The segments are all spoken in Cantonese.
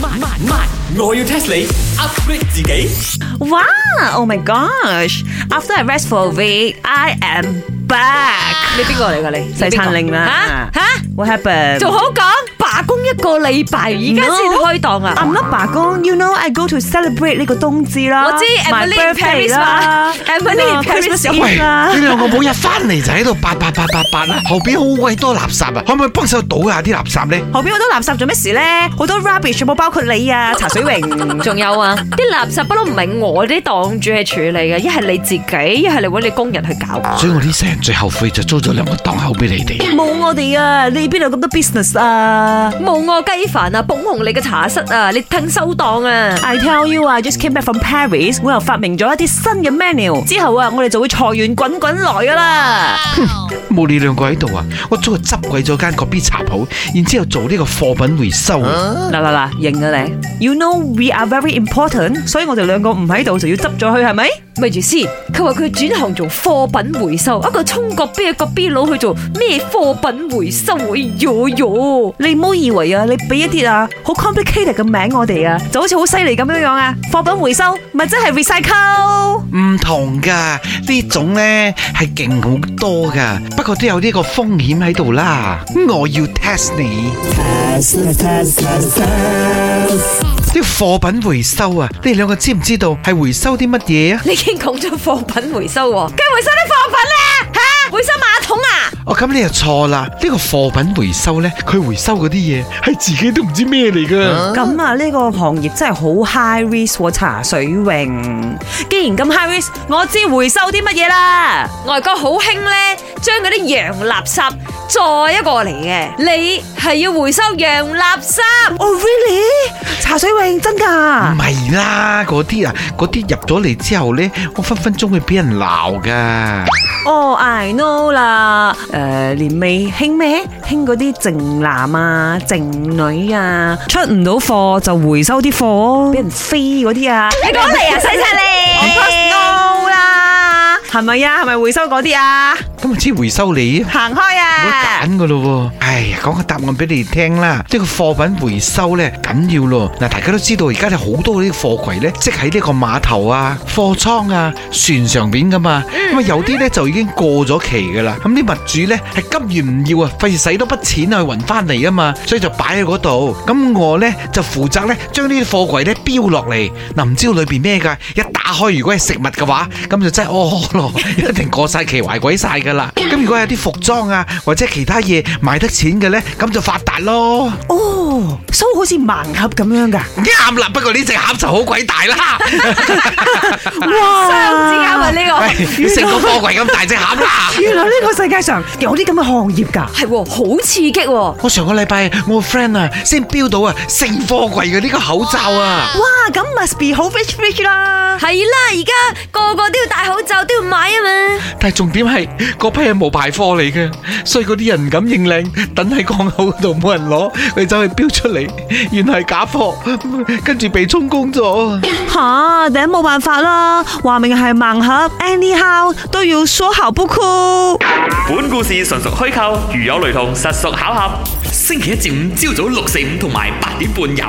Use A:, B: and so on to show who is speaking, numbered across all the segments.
A: 慢慢慢，我要 test 你 upgrade 自己。
B: Wow! Oh my gosh! After I rest for a week, I am back.
C: 你邊個嚟㗎你？
B: 西餐令啦
C: 吓吓，
B: What happened?
C: 仲好講罷工一個禮拜，而家先
B: No
C: 開檔啊！
B: Uh, I'm not 罷工，you know I go to celebrate 呢個冬至啦，
C: 我知
B: my
C: Emily in
B: birthday
C: Paris
B: 啦
C: 嘛，Emily in Paris
B: Christmas
C: 有
B: Eve
D: 喂，
B: 啦
D: 你。兩個每日翻嚟就喺度八八八八八啦，後邊好鬼多垃圾啊，可唔可以幫手倒下啲垃圾咧？
B: 後邊好多垃圾做咩事咧？好多 rubbish 全部包括你啊，茶水榮。
C: 仲有啊，啲垃圾不嬲唔係我啲檔主去處理嘅，一係你自己，一係你揾你工人去搞。
D: 所以我呢世人最後悔就租咗兩個檔口俾你哋。
B: 冇我哋啊！你邊度咁多 business à. 啊
C: 冇我雞飯啊，捧紅你嘅茶室啊，你聽收檔啊！
B: ？I tell you 啊，I just came back from Paris，我又發明咗一啲新嘅 menu，之後啊，我哋就會財源滾滾來噶啦。
D: 冇你兩個喺度啊，我租去執鬼咗間嗰邊茶鋪，然之後做呢個貨品回收啊。
B: 嗱嗱嗱，認啊你！You know we are very important，所以我哋兩個唔喺度就要執咗佢係咪？
C: 咪住先，佢話佢轉行做貨品回收，啊一個中國邊一個 B 佬去做咩貨品回收？哎呦呦，
B: 你唔好以為啊，你俾一啲啊好 complicated 嘅名我哋啊，就好似好犀利咁樣樣啊！貨品回收咪真係 recycle。
D: 唔同噶，呢種呢係勁好多噶，不過都有呢個風險喺度啦。我要 test 你。啲貨品回收啊，你兩個知唔知道係回收啲乜嘢啊？
C: 你已經講咗貨品回收喎，梗係回收啲貨品啦，吓回收馬桶啊！
D: 哦，咁你又錯啦！呢、個貨品回收呢，佢回收嗰啲嘢係自己都唔知咩嚟噶。
B: 咁啊，呢個行業真係好 high risk 喎，茶水泳。既然咁 high risk，我知回收啲乜嘢啦。
C: 外國好興咧，將嗰啲洋垃圾再一個嚟嘅，你係要回收洋垃圾。
B: 哦、really？茶水泳真
D: 唔
B: 㗎？
D: 係啦，嗰啲啊，嗰啲入咗嚟之後呢，我分分鐘會俾人鬧噶。
B: 哦、i know 啦。誒、年尾興咩？興嗰啲剩男啊、剩女啊，出唔到貨就回收啲貨哦，俾人飛嗰啲啊。
C: 你講嚟啊，細細你
B: no 啦，係咪啊？係咪回收嗰啲啊？
D: 咁咪知回收你啊？
B: 行開
D: 冇得
B: 啊！
D: 揀噶咯喎。哎呀，講個答案俾你哋聽啦。呢、個貨品回收呢，緊要咯。嗱，大家都知道而家有好多呢啲貨櫃呢，即喺呢個碼頭啊、貨倉啊、船上邊噶嘛。咁啊有啲呢就已經過咗期噶啦。咁啲物主呢，係甘願唔要啊，費事使多筆錢去運翻嚟啊嘛。所以就擺喺嗰度。咁我呢，就負責呢將呢啲貨櫃呢標落嚟。嗱，唔知道裏邊咩㗎？一打開如果係食物嘅話，咁就真係哦咯， 一定過晒期壞鬼晒㗎啦。咁如果有啲服裝啊或者其他嘢賣得錢嘅呢，咁就發達咯。
B: 哦，蘇好似盲盒咁樣㗎。
D: 啱啦，不過呢隻盒就好鬼大啦，
B: 哇！
C: 雙指啱啊呢個。
D: 喂成個貨櫃咁大隻盒啦。
B: 原來呢個世界上有啲咁嘅行業㗎。
C: 係喎，好刺激喎！
D: 我上個禮拜我個 friend 啊先標到啊成貨櫃嘅呢個口罩啊，
B: 哇，咁 must be 好 rich rich 啦。
C: 係啦，而家個個都要戴口罩，都要買啊嘛。
D: 但係重點係嗰批係冒牌貨嚟嘅，所以嗰啲人唔敢認領，等喺港口嗰度冇人攞，佢走去標出嚟，原來係假貨，跟住被充公咗。
B: 吓，頂冇辦法啦，話明係盲盒，anyhow 都要說好不哭。
E: 本故事純屬虛構，如有雷同，實屬巧合。星期一至五朝早六四五同埋八點半有。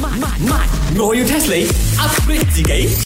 A: 慢慢慢，我要 test 你 upgrade 自己。